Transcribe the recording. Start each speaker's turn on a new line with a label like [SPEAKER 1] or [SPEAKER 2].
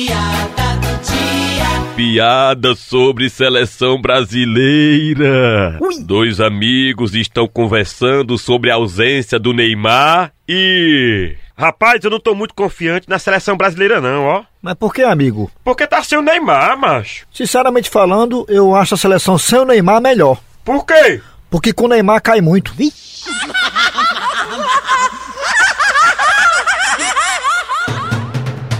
[SPEAKER 1] piada do dia.
[SPEAKER 2] Piada sobre seleção brasileira. Dois amigos estão conversando sobre a ausência do Neymar e.
[SPEAKER 3] Rapaz, eu não tô muito confiante na seleção brasileira, não, ó.
[SPEAKER 4] Mas por que, amigo?
[SPEAKER 3] Porque tá sem o Neymar, macho.
[SPEAKER 4] Sinceramente falando, eu acho a seleção sem o Neymar melhor.
[SPEAKER 3] Por quê?
[SPEAKER 4] Porque com o Neymar cai muito.